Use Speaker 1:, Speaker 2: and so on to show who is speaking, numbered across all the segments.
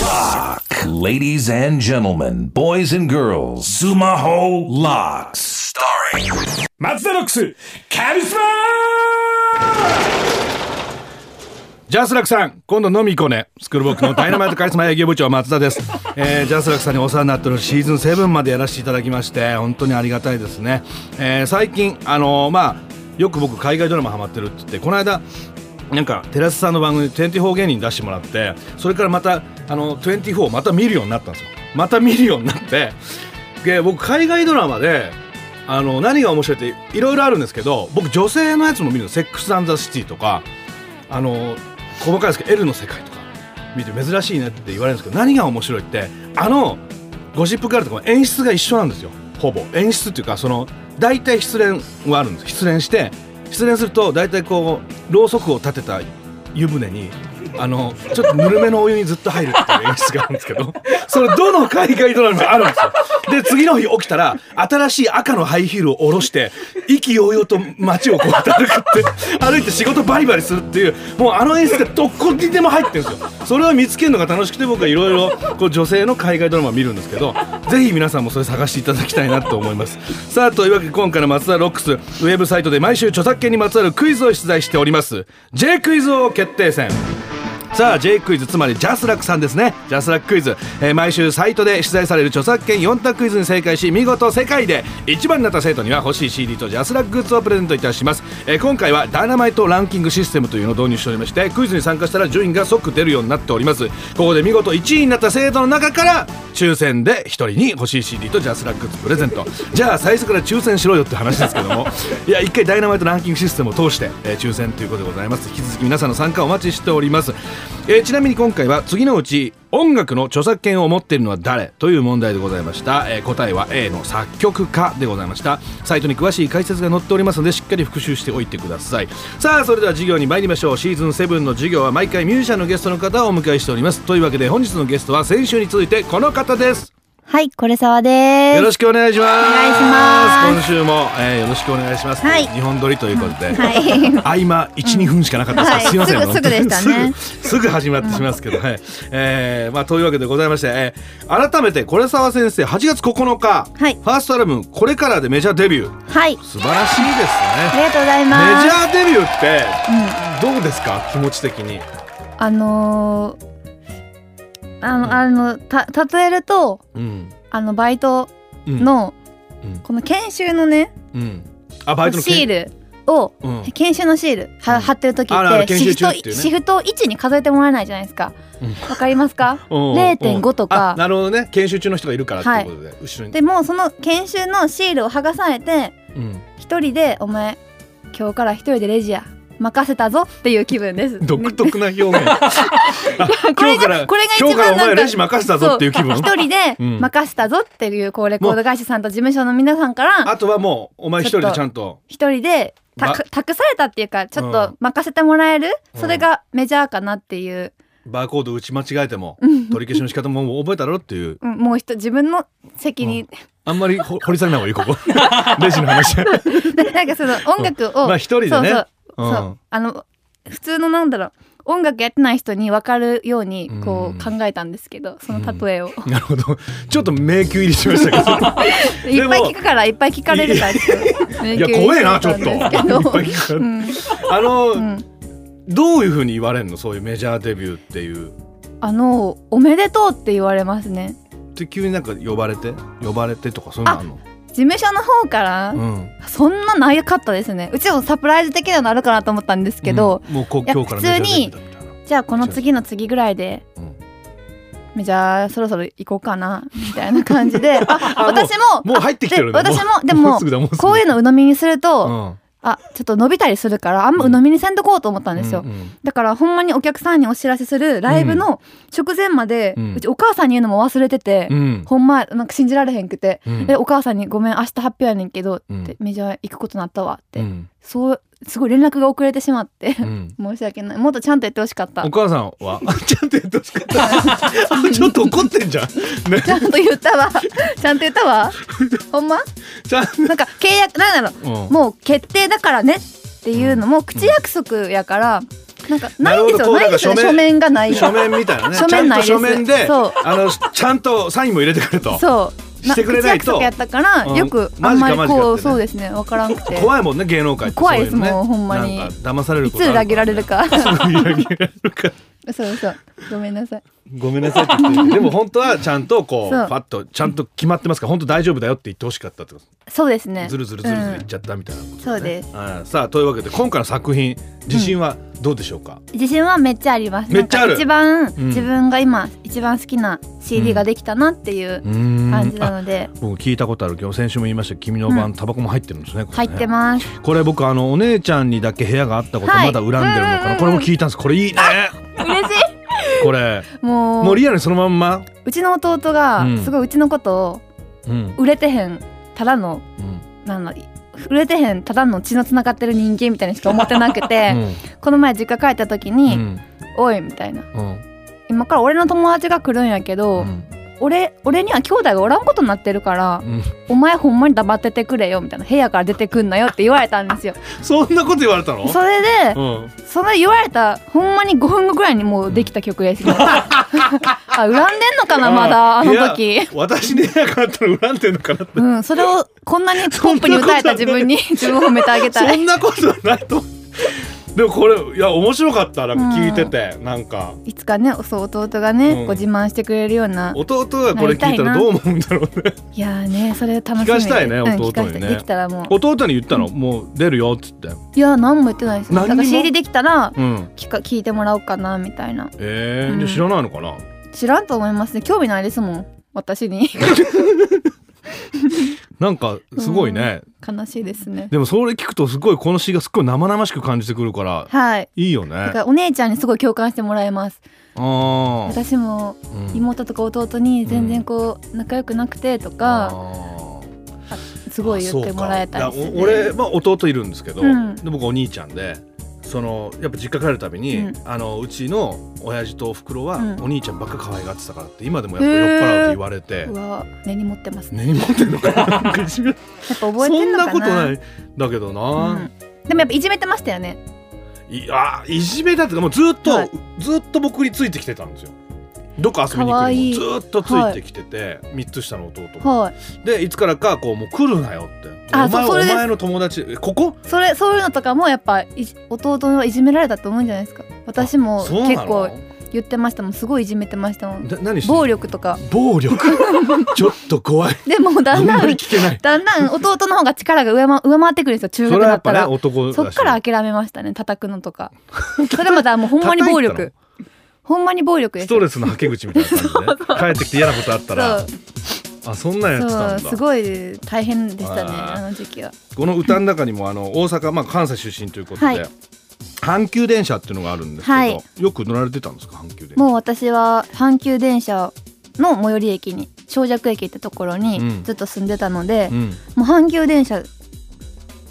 Speaker 1: Lock. Ladies and gentlemen, boys and girls, Sumaho Locks. Starring
Speaker 2: 松田ロックスカリスマジャスラックさん今度飲み行こうねスクールボックのダイナマイトカリスマ営業部長松田です、えージャスラックさんにお世話になってるシーズン7までやらせていただきまして本当にありがたいですね、えー最近あのーまあよく僕海外ドラマハマってるって言ってこの間なんかテラスさんの番組24芸人出してもらってそれからまたあの24また見るようになったんですよまた見るようになってで僕海外ドラマであの何が面白いっていろいろあるんですけど僕女性のやつも見るの「セックス・アンド・ザ・シティ」とかあの細かいですけど「L の世界」とか見て珍しいねって言われるんですけど何が面白いってあのゴシップガールとかも演出が一緒なんですよほぼ演出っていうかその大体失恋はあるんです失恋して失恋すると大体こうろうそくを立てた湯船にあのちょっとぬるめのお湯にずっと入るっていう演出があるんですけど それどの海外ドラマにもあるんですよで次の日起きたら新しい赤のハイヒールを下ろして意気揚々と街をこうやって歩くって歩いて仕事バリバリするっていうもうあの演出がどこにでも入ってるんですよそれを見つけるのが楽しくて僕はいろいろこう女性の海外ドラマを見るんですけどぜひ皆さんもそれ探していただきたいなと思いますさあというわけで今回の松田ロックスウェブサイトで毎週著作権にまつわるクイズを出題しております J クイズ王決定戦さあ J クイズつまりジャスラックさんですねジャスラッククイズ、えー毎週サイトで出題される著作権4択クイズに正解し見事世界で一番になった生徒には欲しい CD とジャスラックグッズをプレゼントいたします、えー今回はダイナマイトランキングシステムというのを導入しておりましてクイズに参加したら順位が即出るようになっておりますここで見事1位になった生徒の中から抽選で1人に欲しい CD とジャスラックグッズプレゼントじゃあ最初から抽選しろよって話ですけどもいや一回ダイナマイトランキングシステムを通して、えー抽選ということでございます引き続き皆さんの参加をお待ちしております、えーちなみに今回は次のうち音楽の著作権を持っているのは誰という問題でございました、えー答えは A の作曲家でございましたサイトに詳しい解説が載っておりますのでしっかり復習しておいてくださいさあそれでは授業に参りましょうシーズン7の授業は毎回ミュージシャンのゲストの方をお迎えしておりますというわけで本日のゲストは先週に続いてこの方です
Speaker 3: はい、これさわです。
Speaker 2: よろしくお願いします。お。
Speaker 3: 願いします
Speaker 2: 今週も、えーよろしくお願いします。
Speaker 3: はい
Speaker 2: 日本撮りということで、
Speaker 3: はい
Speaker 2: 合間一二分しかなかったですから
Speaker 3: はい
Speaker 2: すいません。
Speaker 3: すぐ
Speaker 2: 本当に
Speaker 3: すぐでしたね
Speaker 2: すぐすぐ始まってしまいますけど、はい。えーまあというわけでございまして、えー改めてこれ沢先生8月9日、
Speaker 3: はい
Speaker 2: ファーストアルバムこれからでメジャーデビュー。
Speaker 3: はい、
Speaker 2: 素晴らしいです
Speaker 3: あ
Speaker 2: ね。
Speaker 3: りがとうござい
Speaker 2: メ
Speaker 3: ます。
Speaker 2: ジャーデビューって、どうですか気持ち的に。
Speaker 3: あのー、あの、あの、た、例えると、
Speaker 2: うん。
Speaker 3: あの、バイト
Speaker 2: うん。
Speaker 3: の、
Speaker 2: うん
Speaker 3: この研修のね、
Speaker 2: うん。あバイトの
Speaker 3: シー
Speaker 2: ル。
Speaker 3: ルを、
Speaker 2: うん。
Speaker 3: 研修のシールは貼ってる時
Speaker 2: あるある
Speaker 3: っ
Speaker 2: 研修
Speaker 3: てシフ
Speaker 2: 中
Speaker 3: ト
Speaker 2: っていうね
Speaker 3: シフト1に数えてもらえないじゃないですか
Speaker 2: うん
Speaker 3: わかりますか0.5とか
Speaker 2: あなるほどね研修中の人がいるからっていうことで、後ろに
Speaker 3: でもうその研修のシールを剥がされて
Speaker 2: うん
Speaker 3: 一人で「お前今日から一人でレジや任せたぞ」っていう気分です
Speaker 2: 独特な 表現
Speaker 3: これがこれが一
Speaker 2: 今
Speaker 3: 番
Speaker 2: 日からお
Speaker 3: な
Speaker 2: 前
Speaker 3: んか
Speaker 2: レジ任せたぞっていう気分
Speaker 3: そ一人で
Speaker 2: うん
Speaker 3: 任せたぞっていうこうレコード会社さんと事務所の皆さんから
Speaker 2: あとはもうお前一人でちゃんと
Speaker 3: 一人でた
Speaker 2: ば
Speaker 3: く託されたっていうかちょっ
Speaker 2: うん
Speaker 3: と任せてもらえる、
Speaker 2: うん
Speaker 3: それがメジャーかなっていう、
Speaker 2: バーコード打ち間違えても
Speaker 3: うん
Speaker 2: 取り消しの仕方も覚えたろっていう
Speaker 3: うんもう人自分の責任、
Speaker 2: あんまり ほ掘り下げない方がいいここ レジの話
Speaker 3: なんかその音楽を、
Speaker 2: まあ一人でね
Speaker 3: そうそう,、
Speaker 2: うん
Speaker 3: そうあの普通のなんだろう音楽やってない人に分かるようにこ
Speaker 2: うん
Speaker 3: う考えたんですけど、その例えを、
Speaker 2: なるほどちょっと迷宮入りしましたけど
Speaker 3: いっぱい聞くからいっぱい聞かれるからちょっと
Speaker 2: いや怖えなちょっと
Speaker 3: 迷
Speaker 2: いっ
Speaker 3: 宮
Speaker 2: ぱ
Speaker 3: 入りし
Speaker 2: い
Speaker 3: ちゃ
Speaker 2: 聞かれ
Speaker 3: ったんですけどう
Speaker 2: る
Speaker 3: ん
Speaker 2: あの、
Speaker 3: うん
Speaker 2: どういうふうに言われるのそういうメジャーデビューっていう
Speaker 3: あのおめでとうって言われますね
Speaker 2: って急になんか呼ばれて呼ばれてとかそういうのあんの
Speaker 3: 事務所の方から、
Speaker 2: うん
Speaker 3: そんななかったですねうちもサプライズ的なのあるかなと思ったんですけど、
Speaker 2: うんもうこ
Speaker 3: いや
Speaker 2: 今日からメジャーデビューだみたいな
Speaker 3: じゃあこの次の次ぐらいで、
Speaker 2: うん
Speaker 3: メジャーそろそろ行こうかなみたいな感 じであ
Speaker 2: あもう
Speaker 3: 私も
Speaker 2: もう入ってきてるね
Speaker 3: で私もで
Speaker 2: も
Speaker 3: も
Speaker 2: うすぐだもうすぐだ
Speaker 3: こういうの鵜呑みにすると、
Speaker 2: うん
Speaker 3: あちょっと伸びたりするからあんま鵜呑みにせんとこうと思ったんですよ、
Speaker 2: うんうん
Speaker 3: だからほんまにお客さんにお知らせするライブの直前まで、
Speaker 2: う
Speaker 3: うんちお母さんに言うのも忘れてて、
Speaker 2: うん
Speaker 3: ほんまなんか信じられへんくて、
Speaker 2: うん
Speaker 3: でお母さんに「ごめん明日発表やねんけど」って、
Speaker 2: うん
Speaker 3: メジャー行くことになったわって、
Speaker 2: うん
Speaker 3: そうすごい連絡が遅れてしまって、
Speaker 2: うん
Speaker 3: 申し訳ないもっとちゃんとやってほしかった
Speaker 2: お母さん はちゃんとやってほしかったあちょっと怒ってんじゃん ね
Speaker 3: ちゃんと言っ たわちゃんと言ったわほんま
Speaker 2: ちゃん
Speaker 3: なんか契約なんだろう
Speaker 2: うん
Speaker 3: もう決定だからねっていうのも口約束やから、なんかないんですよ。ないですよね。書面がない。
Speaker 2: 書面みたいなね。
Speaker 3: 書面ないです
Speaker 2: ちゃんと書面で、
Speaker 3: そう
Speaker 2: あのちゃんとサインも入れてくると。
Speaker 3: そう。
Speaker 2: してくれないと
Speaker 3: 口約束やったから、
Speaker 2: うん
Speaker 3: よくあんまり
Speaker 2: マジかマジかっ
Speaker 3: こう、
Speaker 2: てね
Speaker 3: そうですねわからんくて。
Speaker 2: 怖いもんね芸能界って
Speaker 3: 怖いです
Speaker 2: そのね
Speaker 3: もうほんまに
Speaker 2: なんか騙される
Speaker 3: い
Speaker 2: こ
Speaker 3: つ
Speaker 2: とあ
Speaker 3: 裏切
Speaker 2: からね
Speaker 3: れ るか。
Speaker 2: 裏切られるか
Speaker 3: そうそう。ごめんなさい。
Speaker 2: ごめんなさいって言ってるでも本当はちゃんとこう
Speaker 3: そう
Speaker 2: パッとちゃんと決まってますから本当大丈夫だよって言ってほしかったってこと
Speaker 3: そうですね。
Speaker 2: ずるずるずるずる言っ
Speaker 3: うん
Speaker 2: ちゃったみたいなこと、ね
Speaker 3: そうです
Speaker 2: ああさあというわけで今回の作品自信はどうでしょうか、
Speaker 3: 自信はめっちゃあります。
Speaker 2: めっちゃある
Speaker 3: なんか一番、
Speaker 2: うん
Speaker 3: 自分が今一番好きな CD ができたなっていう
Speaker 2: うーん
Speaker 3: 感じな
Speaker 2: あ
Speaker 3: ので、
Speaker 2: 僕聞いたことあるけど先週も言いましたけど君の
Speaker 3: う
Speaker 2: 晩タバコも入ってるんですねこれ
Speaker 3: 入
Speaker 2: ね
Speaker 3: ってます。
Speaker 2: これ僕あのお姉ちゃんにだけ部屋があったこと
Speaker 3: はい
Speaker 2: まだ恨んでるのかな、
Speaker 3: うん
Speaker 2: これも聞いたんですこれいいね
Speaker 3: 嬉し
Speaker 2: これ
Speaker 3: い。もう
Speaker 2: もうリアルにそのまんま、
Speaker 3: うちの弟が
Speaker 2: うん
Speaker 3: すごいうちのことを
Speaker 2: うん
Speaker 3: 売れてへんただの
Speaker 2: うん
Speaker 3: なんだ売れてへんただの血のつながってる人間みたいにしか思ってなく
Speaker 2: う
Speaker 3: て、
Speaker 2: ん
Speaker 3: この前実家帰った時
Speaker 2: う
Speaker 3: に「
Speaker 2: ん
Speaker 3: おい」みたいな
Speaker 2: うん
Speaker 3: 「今から俺の友達が来るんやけ
Speaker 2: う
Speaker 3: ど、
Speaker 2: ん
Speaker 3: 俺俺には兄弟がおらんことになってるから、
Speaker 2: うん
Speaker 3: お前ほんまに黙っててくれよ」みたいな「部屋から出てくんなよ」って言われた んですよ。
Speaker 2: そんなこと言われたの
Speaker 3: それで
Speaker 2: うん、
Speaker 3: それ言われたほんまに5分後ぐらいにもうできた 曲ですね。あ恨んでんのかなまだあの
Speaker 2: い
Speaker 3: 時
Speaker 2: や。私でなかったら恨んでるのかなって
Speaker 3: うん、それをこんなにポップに歌えた自分に 自分を褒めてあげた
Speaker 2: そ
Speaker 3: い。
Speaker 2: んなことはないと思うでもこれいや面白かったなんか聞いてて、なんか
Speaker 3: いつかね、そう弟がね、
Speaker 2: うん
Speaker 3: こう自慢してくれるような。
Speaker 2: 弟がこれ聞いたらどう思うんだろうね
Speaker 3: いやーね、それ楽しみ。
Speaker 2: 聞かしたいね
Speaker 3: うん
Speaker 2: 弟にね
Speaker 3: 聞かしたいできたらもう。
Speaker 2: 弟に言ったの、もう出るよっつって
Speaker 3: いやー、何も言ってないですね。だ
Speaker 2: 何に
Speaker 3: か
Speaker 2: も
Speaker 3: ら CD できたら、
Speaker 2: うん
Speaker 3: 聞か、聞いてもらおうかなみたいな。
Speaker 2: えー
Speaker 3: うん
Speaker 2: で知らないのかな
Speaker 3: 知らんと思いますね。興味ないですもん。私に。
Speaker 2: なんかすごいね、
Speaker 3: 悲しいですね。
Speaker 2: でもそれ聞くとすごいこの詩がすっごい生々しく感じてくるから
Speaker 3: はい。
Speaker 2: いいよ
Speaker 3: だ
Speaker 2: ね
Speaker 3: からお姉ちゃんにすごい共感してもらえます。
Speaker 2: あー
Speaker 3: 私も
Speaker 2: うん
Speaker 3: 妹とか弟に全然こう仲良くなくてと
Speaker 2: あ
Speaker 3: か、
Speaker 2: ー
Speaker 3: すごい言ってもらえたり
Speaker 2: あそう
Speaker 3: す
Speaker 2: か
Speaker 3: る
Speaker 2: だ俺、まあ、弟いるんですけど、
Speaker 3: うん
Speaker 2: で僕お兄ちゃんでそのやっぱ実家帰るたびに、
Speaker 3: うん
Speaker 2: あのうちの親父とおふくろは、
Speaker 3: うん
Speaker 2: お兄ちゃんばっか可愛がってたからって今でもやっぱ酔っ払うって言われて
Speaker 3: う。わ根に持ってますね
Speaker 2: 根に持ってんのかななんか自分
Speaker 3: やっぱ覚え
Speaker 2: そ
Speaker 3: てん
Speaker 2: ん
Speaker 3: のか
Speaker 2: な
Speaker 3: な
Speaker 2: ことないだけどな、
Speaker 3: うん、でもやっぱいじめてましたよね
Speaker 2: いやいじめだっていうかもうずっと、
Speaker 3: はい
Speaker 2: ずっと僕についてきてたんですよどっか遊びに行く
Speaker 3: かわい
Speaker 2: に
Speaker 3: い
Speaker 2: もずっとついてきてて、三3つ下の弟が
Speaker 3: はい
Speaker 2: でいつからかこうもう来るなよって
Speaker 3: あ
Speaker 2: お前
Speaker 3: そうそれ
Speaker 2: お
Speaker 3: です
Speaker 2: 前の友達えここ
Speaker 3: それそういうのとかもやっぱいじ弟はいじめられたと思うんじゃないですか私も
Speaker 2: そうな
Speaker 3: 結
Speaker 2: の
Speaker 3: 構言ってましたもんすごいいじめてましたもん
Speaker 2: な何して
Speaker 3: 暴力とか
Speaker 2: 暴力 ちょっと怖い
Speaker 3: でも
Speaker 2: あ
Speaker 3: だ
Speaker 2: ん
Speaker 3: んだ
Speaker 2: まり
Speaker 3: ん
Speaker 2: 聞けない
Speaker 3: だんだん弟の方が力が上回上回ってくるんですよ中
Speaker 2: それ
Speaker 3: 学
Speaker 2: は
Speaker 3: だ
Speaker 2: やっ
Speaker 3: った
Speaker 2: ぱね
Speaker 3: ら
Speaker 2: 男だし
Speaker 3: そっから諦めましたね叩くのとか それもだもうほんまに暴力ほんまに暴力で
Speaker 2: ス
Speaker 3: す
Speaker 2: トレスのはけ口みたいな 感じで帰ってきて嫌なことあったらあそんなんやって
Speaker 3: そ
Speaker 2: た
Speaker 3: うん
Speaker 2: だ
Speaker 3: すごい大変でしたね
Speaker 2: あー
Speaker 3: あの時期は
Speaker 2: この歌の中にもあの大阪まあ関西出身ということで、
Speaker 3: はい
Speaker 2: 阪急電車っていうのがあるんですけど、
Speaker 3: はい
Speaker 2: よく乗られてたんですか阪急電車
Speaker 3: もう私は阪急電車の最寄り駅に長尺駅ってところ
Speaker 2: うん
Speaker 3: にずっと住んでたので、
Speaker 2: うん
Speaker 3: もう阪急電車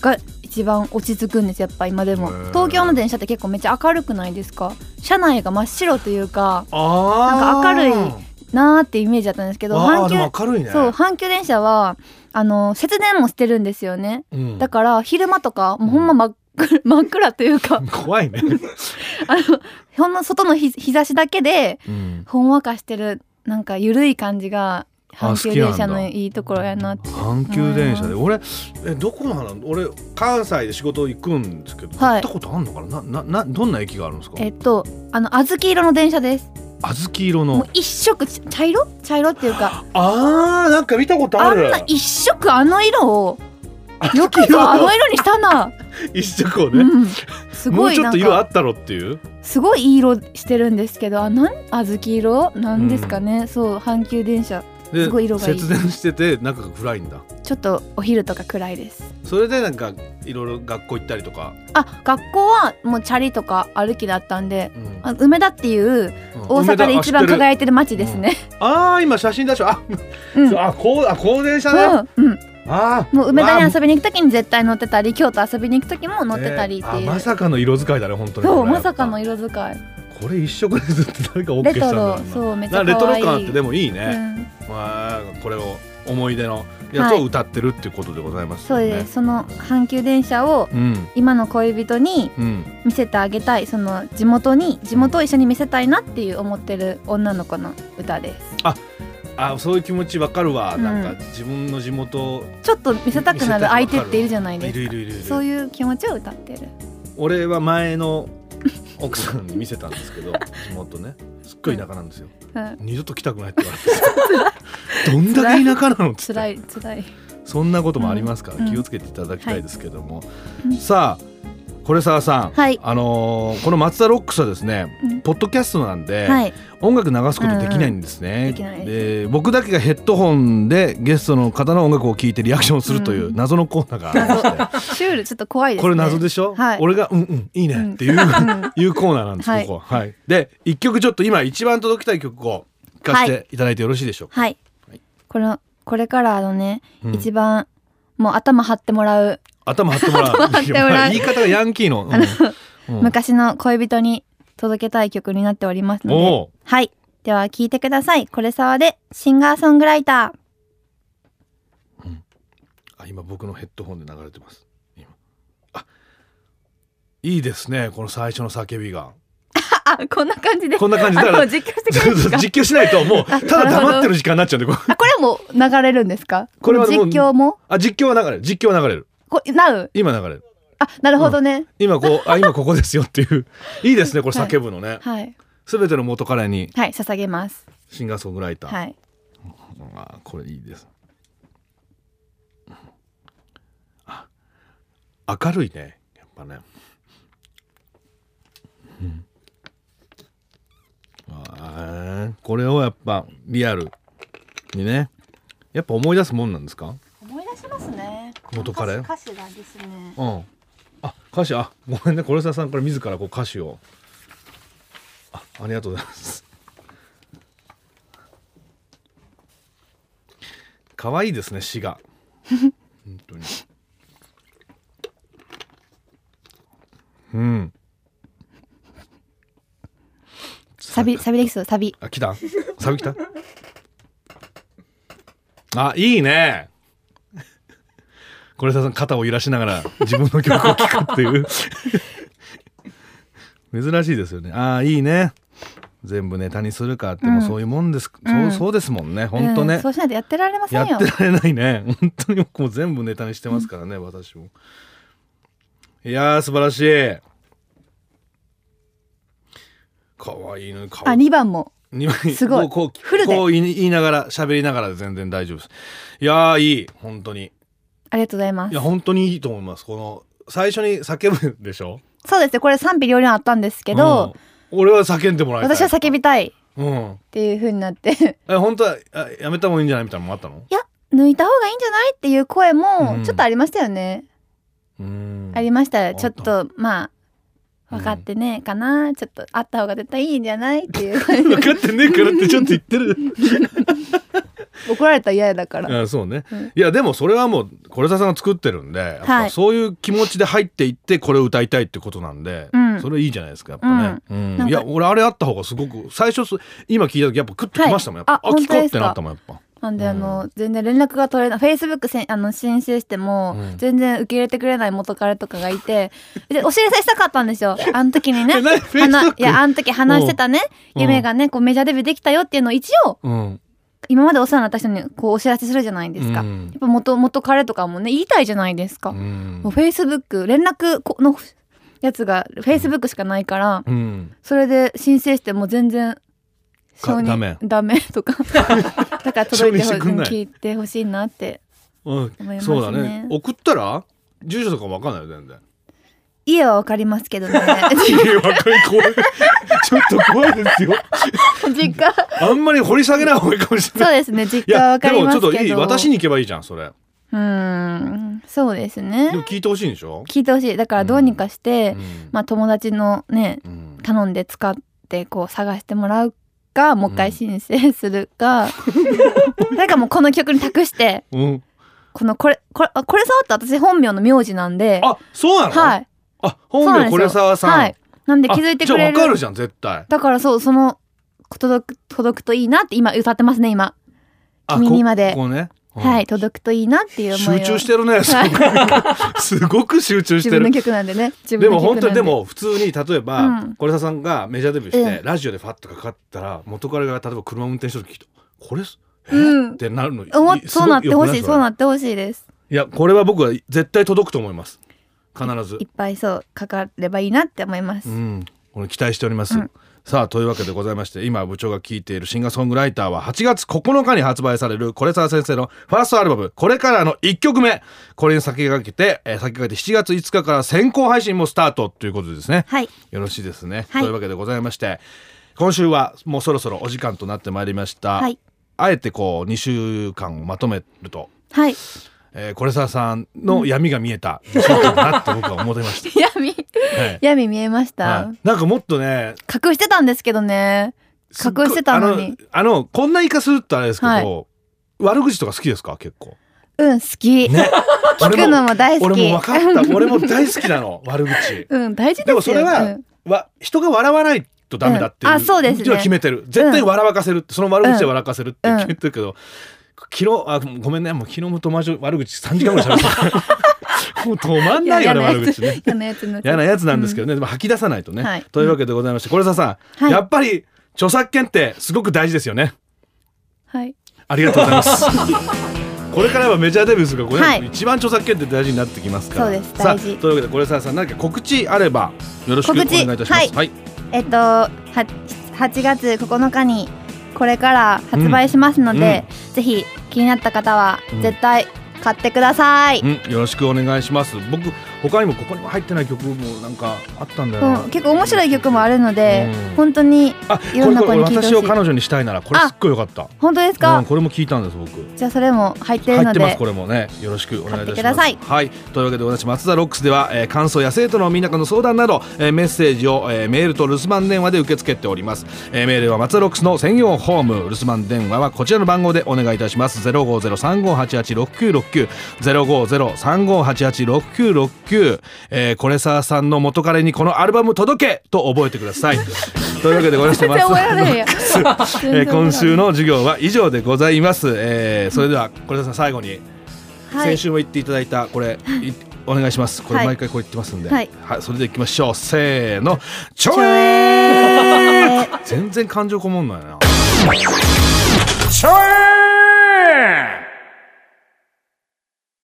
Speaker 3: が一番落ち着くんですやっぱ今でも
Speaker 2: へー
Speaker 3: 東京の電車って結構めっちゃ明るくないですか車内が真っ白というか
Speaker 2: あー
Speaker 3: なんか明るなーってイメージだったんですけど
Speaker 2: あ
Speaker 3: 阪
Speaker 2: ーでも
Speaker 3: 急
Speaker 2: 明るいね
Speaker 3: そう阪急電車はあの節電もしてるんですよね
Speaker 2: うん
Speaker 3: だから昼間とかもうほんま真っ暗 真っ暗とい うか
Speaker 2: 怖いね、
Speaker 3: あのほんの外の日日差しだけでほんわかしてるなんかゆるい感じが
Speaker 2: あ
Speaker 3: 阪急電車
Speaker 2: 好きなん
Speaker 3: の
Speaker 2: だ
Speaker 3: いいところやなって
Speaker 2: 阪急電車で俺えどこなの俺関西で仕事行くんですけど、行
Speaker 3: はい
Speaker 2: ったことあるのかななななどんな駅があるんですか
Speaker 3: えっとあの小豆色の電車です
Speaker 2: 小豆色
Speaker 3: も
Speaker 2: の
Speaker 3: う一色ち茶色茶色っていうか
Speaker 2: あーなんか見たこと
Speaker 3: あんな一色あの色をよくぞあの色にしたな、
Speaker 2: 一色を
Speaker 3: う
Speaker 2: ね、
Speaker 3: ん、す
Speaker 2: も
Speaker 3: ご
Speaker 2: う
Speaker 3: い
Speaker 2: ちょ
Speaker 3: な
Speaker 2: っ
Speaker 3: ん
Speaker 2: と色あ
Speaker 3: か
Speaker 2: ったろっていう
Speaker 3: すごいいい色してるんですけどあなん小豆色なんですかね、そう阪急電車
Speaker 2: です
Speaker 3: ごい色がいい
Speaker 2: 節電してて中が暗いんだ
Speaker 3: ちょっとお昼とか暗いです
Speaker 2: それでなんかいろいろ学校行ったりとか、
Speaker 3: あ学校はもうチャリとか歩きだったんで
Speaker 2: うん
Speaker 3: あ梅田っていう大阪で一番
Speaker 2: い
Speaker 3: 輝いてる街ですね
Speaker 2: あー今写真出しょあ、
Speaker 3: うん、うん
Speaker 2: あこうあ高電車ね、
Speaker 3: うん
Speaker 2: あー
Speaker 3: もう梅
Speaker 2: わ
Speaker 3: 田
Speaker 2: あ
Speaker 3: に遊びに行くときに絶対乗ってたり京都遊びに行くときも乗ってたりって
Speaker 2: え
Speaker 3: い
Speaker 2: ー
Speaker 3: う、
Speaker 2: あまさかの色使いだね本当に
Speaker 3: そう
Speaker 2: これ
Speaker 3: まさかの色使い
Speaker 2: これ一色でずっと誰か OK
Speaker 3: レ
Speaker 2: したん
Speaker 3: ト
Speaker 2: だろ
Speaker 3: ロ
Speaker 2: うな
Speaker 3: そうめっち
Speaker 2: な
Speaker 3: ゃ
Speaker 2: レト
Speaker 3: 可
Speaker 2: ロ
Speaker 3: 愛い
Speaker 2: 感あってでもいいね、
Speaker 3: う
Speaker 2: まあこれを思い出のやつを歌ってるっていうことでございます
Speaker 3: そ
Speaker 2: よ
Speaker 3: う
Speaker 2: ね、
Speaker 3: です、その阪急電車を
Speaker 2: うん
Speaker 3: 今の恋人に
Speaker 2: うん
Speaker 3: 見せてあげたいその地元に地元を一緒に見せたいなっていう思ってる女の子の歌です
Speaker 2: あそういう気持ちわかるわ、
Speaker 3: うん
Speaker 2: なんか自分の地元
Speaker 3: ちょっと見せたくなる相手っているじゃない
Speaker 2: い
Speaker 3: で
Speaker 2: る
Speaker 3: す
Speaker 2: い
Speaker 3: か
Speaker 2: るいるいる
Speaker 3: そういう気持ちを歌ってる
Speaker 2: 俺は前の奥さんに見せたんですけ ど地元ねすっごい田舎なんですよ、
Speaker 3: うん
Speaker 2: 二度と来たくないって言われて どんだけ田舎なのっつって
Speaker 3: 辛い辛い
Speaker 2: そんなこともありますから、
Speaker 3: うん
Speaker 2: 気をつけていただきたいですけども、
Speaker 3: うん
Speaker 2: さあこれ沢さん、
Speaker 3: はい
Speaker 2: あのーこの松田ロックスはですね、
Speaker 3: うん
Speaker 2: ポッドキャストなんで、
Speaker 3: はい
Speaker 2: 音楽流すことできないんですね、
Speaker 3: んできない
Speaker 2: で僕だけがヘッドホンでゲストの方の音楽を聴いてリアクションをするという
Speaker 3: うん
Speaker 2: 謎のコーナーがありまして、
Speaker 3: シュールちょっと怖いですね
Speaker 2: これ謎でしょ、
Speaker 3: はい
Speaker 2: 俺が「うんうんいいね」って いう、いうコーナーなんですここは、はい、で一曲ちょっと今一番届きたい曲を聴かせていただいてよろしいでしょうか、
Speaker 3: はいこのこれからあのね、
Speaker 2: うん
Speaker 3: 一番もう頭張ってもらう
Speaker 2: 頭張ってもらう
Speaker 3: 頭張ってもらう
Speaker 2: 言い方がヤンキーの、うんうん
Speaker 3: 昔の恋人に届けたい曲になっておりますので
Speaker 2: おう
Speaker 3: はいでは聴いてくださいこれさわでシンガーソングライター
Speaker 2: あ今僕のヘッドホンで流れてます今あいいですねこの最初の叫びが
Speaker 3: ああこんな感じで
Speaker 2: こんな感じだから
Speaker 3: あもう実況してくれ
Speaker 2: そ
Speaker 3: る
Speaker 2: うん
Speaker 3: です
Speaker 2: そう
Speaker 3: か
Speaker 2: 実況しないともうた
Speaker 3: あ
Speaker 2: だ
Speaker 3: なるほど
Speaker 2: 黙ってる時間になっちゃうんでこう
Speaker 3: あこれも流れるんですか
Speaker 2: これはもう
Speaker 3: 実況も
Speaker 2: あ実況は流れる実況は流れる
Speaker 3: こなう
Speaker 2: 今流れる
Speaker 3: あなるほどね、
Speaker 2: 今こうあ今ここですよっていういいですねこれ叫ぶのね、
Speaker 3: はい
Speaker 2: すべての元彼に
Speaker 3: はい捧げます
Speaker 2: シンガーソングライター、
Speaker 3: はい
Speaker 2: あーこれいいですあ明るいねやっぱね、うんあーこれをやっぱリアルにねやっぱ思い出すもんなんですか
Speaker 3: 思い出しますね
Speaker 2: 元彼
Speaker 3: 歌詞がですね
Speaker 2: うんあ歌詞あごめんねこれささんから自らこう歌詞をあありがとうございます可愛いですね詩が本当にうん
Speaker 3: サビサビですよサビ
Speaker 2: あ来たサビ来たあいいねこれさ肩を揺らしながら自分の曲を聴くっていう珍しいですよねああいいね全部ネタにするかってもうそういうもんです、
Speaker 3: うん
Speaker 2: そうそうですもんね本当
Speaker 3: う
Speaker 2: ね
Speaker 3: ん、そうしないとやってられませ
Speaker 2: や
Speaker 3: んよ
Speaker 2: ってられないね本当にもう全部ネタにしてますからね、私もいやー素晴らしい可愛いのに可
Speaker 3: あ
Speaker 2: 愛い
Speaker 3: 二番も
Speaker 2: に
Speaker 3: すごい
Speaker 2: こうこう
Speaker 3: フルで
Speaker 2: こう言い言いながら喋りながらで全然大丈夫ですいやーいい本当に
Speaker 3: ありがとうございま
Speaker 2: い
Speaker 3: す
Speaker 2: や本当にいいと思いますこの最初に叫ぶでしょ
Speaker 3: そうですねこれ賛否両論あったんですけど、
Speaker 2: うん俺は叫んでもらいたい
Speaker 3: 私は叫びたいっ
Speaker 2: うん
Speaker 3: ていう風になって
Speaker 2: え本当はあやめた方がいいんじゃないみたいなのもあったの
Speaker 3: いや抜いた方がいいんじゃないっていう声
Speaker 2: う
Speaker 3: も
Speaker 2: ん
Speaker 3: ちょっとありましたよね、
Speaker 2: うん
Speaker 3: ありました
Speaker 2: ん
Speaker 3: ちょっとまあ分かってねえかな、ちょっとあった方が絶対いいんじゃないっていう感じ
Speaker 2: 分かってねえからってちょっと言ってる
Speaker 3: 怒られたら嫌だから
Speaker 2: あそうね、
Speaker 3: うん
Speaker 2: いやでもそれはもうこれささんが作ってるんでやっぱ
Speaker 3: はい
Speaker 2: そういう気持ちで入っていってこれを歌いたいってことなんで、
Speaker 3: うん
Speaker 2: それいいじゃないですかやっぱね、うん
Speaker 3: なんか
Speaker 2: いや俺あれあった方がすごく最初す今聞いた時やっぱクッときましたもん、
Speaker 3: はい
Speaker 2: やっぱ
Speaker 3: あ
Speaker 2: あ
Speaker 3: 本
Speaker 2: 聞
Speaker 3: 当
Speaker 2: こう
Speaker 3: で
Speaker 2: っ
Speaker 3: す
Speaker 2: て
Speaker 3: か
Speaker 2: なったもんやっぱ
Speaker 3: なんであの、全然連絡が取れないフェイスブックせんあの申請しても、
Speaker 2: うん
Speaker 3: 全然受け入れてくれない元彼とかがいてでお知らせしたかったんですよあの時にね
Speaker 2: え 何 Facebook？
Speaker 3: 花いやあの時話してたね
Speaker 2: うん
Speaker 3: 夢がねこうメジャーデビューできたよっていうのを一応
Speaker 2: うん
Speaker 3: 今までお世話になった人にこうお知らせするじゃないですか、
Speaker 2: うん
Speaker 3: やっぱ元元彼とかもね言いたいじゃないですか、
Speaker 2: う
Speaker 3: も
Speaker 2: ん
Speaker 3: うフェイスブック連絡このやつがフェイスブックしかないから、
Speaker 2: うん
Speaker 3: それで申請しても全然
Speaker 2: か
Speaker 3: 承認
Speaker 2: ダメ
Speaker 3: ダメと かだから届い
Speaker 2: 承認
Speaker 3: て
Speaker 2: して
Speaker 3: ほ
Speaker 2: くんない
Speaker 3: 聞いてほしいなって
Speaker 2: うん
Speaker 3: 思いますね
Speaker 2: そうだね送ったら住所とかわかんないよ全然
Speaker 3: 家はわかりますけどね
Speaker 2: いやわかんない怖いちょっと怖いですよ
Speaker 3: 実家
Speaker 2: あんまり掘り下げない方がいいかもしれない
Speaker 3: そうですね実
Speaker 2: い
Speaker 3: 家はわ
Speaker 2: や
Speaker 3: か
Speaker 2: で
Speaker 3: り
Speaker 2: も
Speaker 3: ま
Speaker 2: ちょ
Speaker 3: す
Speaker 2: っ
Speaker 3: けど
Speaker 2: といい私に行けばいいじゃんそれ
Speaker 3: うーんそうですね
Speaker 2: でも聞いてほしいんでしょ、
Speaker 3: 聞いてほしいだからどうにかして、
Speaker 2: うん
Speaker 3: まあ友達のね
Speaker 2: うん
Speaker 3: 頼んで使ってこう探してもらうかもう一回申請するか、なんかもうこの曲に託して
Speaker 2: うん、
Speaker 3: このこれこれあこれ触った私本名の名字なんで
Speaker 2: あそうなの、
Speaker 3: はい
Speaker 2: あ
Speaker 3: そう
Speaker 2: 本
Speaker 3: なんで
Speaker 2: 名
Speaker 3: すよ
Speaker 2: これ沢さん、
Speaker 3: はいなんで
Speaker 2: あ
Speaker 3: 気づいてく
Speaker 2: じゃあ
Speaker 3: れ
Speaker 2: わ
Speaker 3: る
Speaker 2: かるじゃん絶対
Speaker 3: だからそうその届く届くといいなって今歌ってますね今
Speaker 2: あ
Speaker 3: 君にまで
Speaker 2: こここね
Speaker 3: はい、届くといいなっていう思い
Speaker 2: 集
Speaker 3: を
Speaker 2: 中してるね。すご
Speaker 3: はい
Speaker 2: くすごく集中して
Speaker 3: 自分
Speaker 2: る
Speaker 3: の。曲なんでね自分
Speaker 2: で
Speaker 3: の
Speaker 2: も
Speaker 3: 曲な
Speaker 2: 本
Speaker 3: ん
Speaker 2: 当にでも普通に例えば、
Speaker 3: うん
Speaker 2: これささんがメジャーデビューして、
Speaker 3: ええ
Speaker 2: ラジオでファッとかかったら元彼が例えば車運転してる時とこれすえ、
Speaker 3: うん
Speaker 2: ってなるのい
Speaker 3: 思っ
Speaker 2: す
Speaker 3: そ
Speaker 2: ご
Speaker 3: う
Speaker 2: く
Speaker 3: なってほしい
Speaker 2: 良く
Speaker 3: そう
Speaker 2: ない
Speaker 3: なってほしいです
Speaker 2: いやこれは僕は絶対届くと思います必ず
Speaker 3: いっぱいそうかかればいいなって思います、
Speaker 2: うん、これ期待しております。さあというわけでございまして今部長が聴いているシンガーソングライターは8月9日に発売されるこれさ先生のファーストアルバム「これから」の1曲目これに先駆けて、えー先駆けて7月5日から先行配信もスタートということでですね、
Speaker 3: はい
Speaker 2: よろしいですね、
Speaker 3: はい
Speaker 2: というわけでございまして今週はもうそろそろお時間となってまいりました、
Speaker 3: はい
Speaker 2: あえてこう2週間をまとめると、
Speaker 3: はい
Speaker 2: えー、これささんの闇が見えた2週間だなって僕は思いまし
Speaker 3: 闇
Speaker 2: た。 はい
Speaker 3: 闇見えました、
Speaker 2: はい、なんかもっとね
Speaker 3: 隠してたんですけどね
Speaker 2: すっごい
Speaker 3: 隠してたのに
Speaker 2: あのあのこんな言い方するとあれですけど、
Speaker 3: はい
Speaker 2: 悪口とか好きですか結構
Speaker 3: うん好き、
Speaker 2: ね
Speaker 3: 聞くのも大好き
Speaker 2: 俺も分か った俺も大好きなの悪口
Speaker 3: うん大事ですよ
Speaker 2: でもそれは、
Speaker 3: うん
Speaker 2: わ人が笑わないとダメだっていう、
Speaker 3: うんあそうですね
Speaker 2: のは決めてる絶対笑わかせるって、その悪口で笑かせるって決めてるけど、昨日あごめんねもう昨日も友達と悪口3時間ぐらい喋 ったもう止まんないよね悪口ね
Speaker 3: 嫌なやつになっちゃ
Speaker 2: 嫌
Speaker 3: う
Speaker 2: なやつなんですけどね、でも吐き出さないとね、
Speaker 3: はい
Speaker 2: というわけでございましてこれささん、
Speaker 3: はい
Speaker 2: やっぱり著作権ってすごく大事ですよね
Speaker 3: はい
Speaker 2: ありがとうございま す。これからはメジャーデビューするからこれ、
Speaker 3: はい
Speaker 2: 一番著作権って大事になってきますから。
Speaker 3: そうです
Speaker 2: さあ
Speaker 3: 大事
Speaker 2: というわけでこれさあさん何か告知あればよろしくお願いいたします。
Speaker 3: 告知はい
Speaker 2: はい。
Speaker 3: えっとは8月9日にこれから発売しますので、ぜひ気になった方は
Speaker 2: うん
Speaker 3: 絶対買ってください、
Speaker 2: うんよろしくお願いします。僕他にもここにも入ってない曲もなんかあったんだよな。
Speaker 3: うん結構面白い曲もあるので、
Speaker 2: うん
Speaker 3: 本当に
Speaker 2: あ
Speaker 3: いろんな
Speaker 2: これこ
Speaker 3: 子に聞い
Speaker 2: れ
Speaker 3: てほし
Speaker 2: 私
Speaker 3: い
Speaker 2: を彼女にしたいならこれすっごい良かった。
Speaker 3: 本当ですか、
Speaker 2: うんこれも聞いたんです僕。
Speaker 3: じゃあそれも入ってる
Speaker 2: 入
Speaker 3: の
Speaker 2: って
Speaker 3: で
Speaker 2: ますこれもねよろしくお願いいたします
Speaker 3: 買ってください
Speaker 2: はいというわけで私松田ロックスでは、えー感想や生徒のみんなからの相談など、えーメッセージを、えーメールと留守番電話で受け付けております、えーメールは松田ロックスの専用ホーム留守番電話はこちらの番号でお願いいたします05035886969 05035886969、えー、これさあさんの元彼にこのアルバム届けと覚えてくだ さいというわけでございまして
Speaker 3: 全然覚えられ へんや
Speaker 2: えー今週
Speaker 3: の、
Speaker 2: の授業は以上でございます、えーそれではこれさん最後に
Speaker 3: はい
Speaker 2: 先、週も言っていただいたこれ、いお願いしますこ
Speaker 3: は
Speaker 2: れ
Speaker 3: い
Speaker 2: 毎回こう言ってますんで、は
Speaker 3: はいい
Speaker 2: それでいきましょうせーのちょ
Speaker 3: ちょ
Speaker 2: え
Speaker 3: え
Speaker 2: ー全然感情こもんないな
Speaker 1: Chant!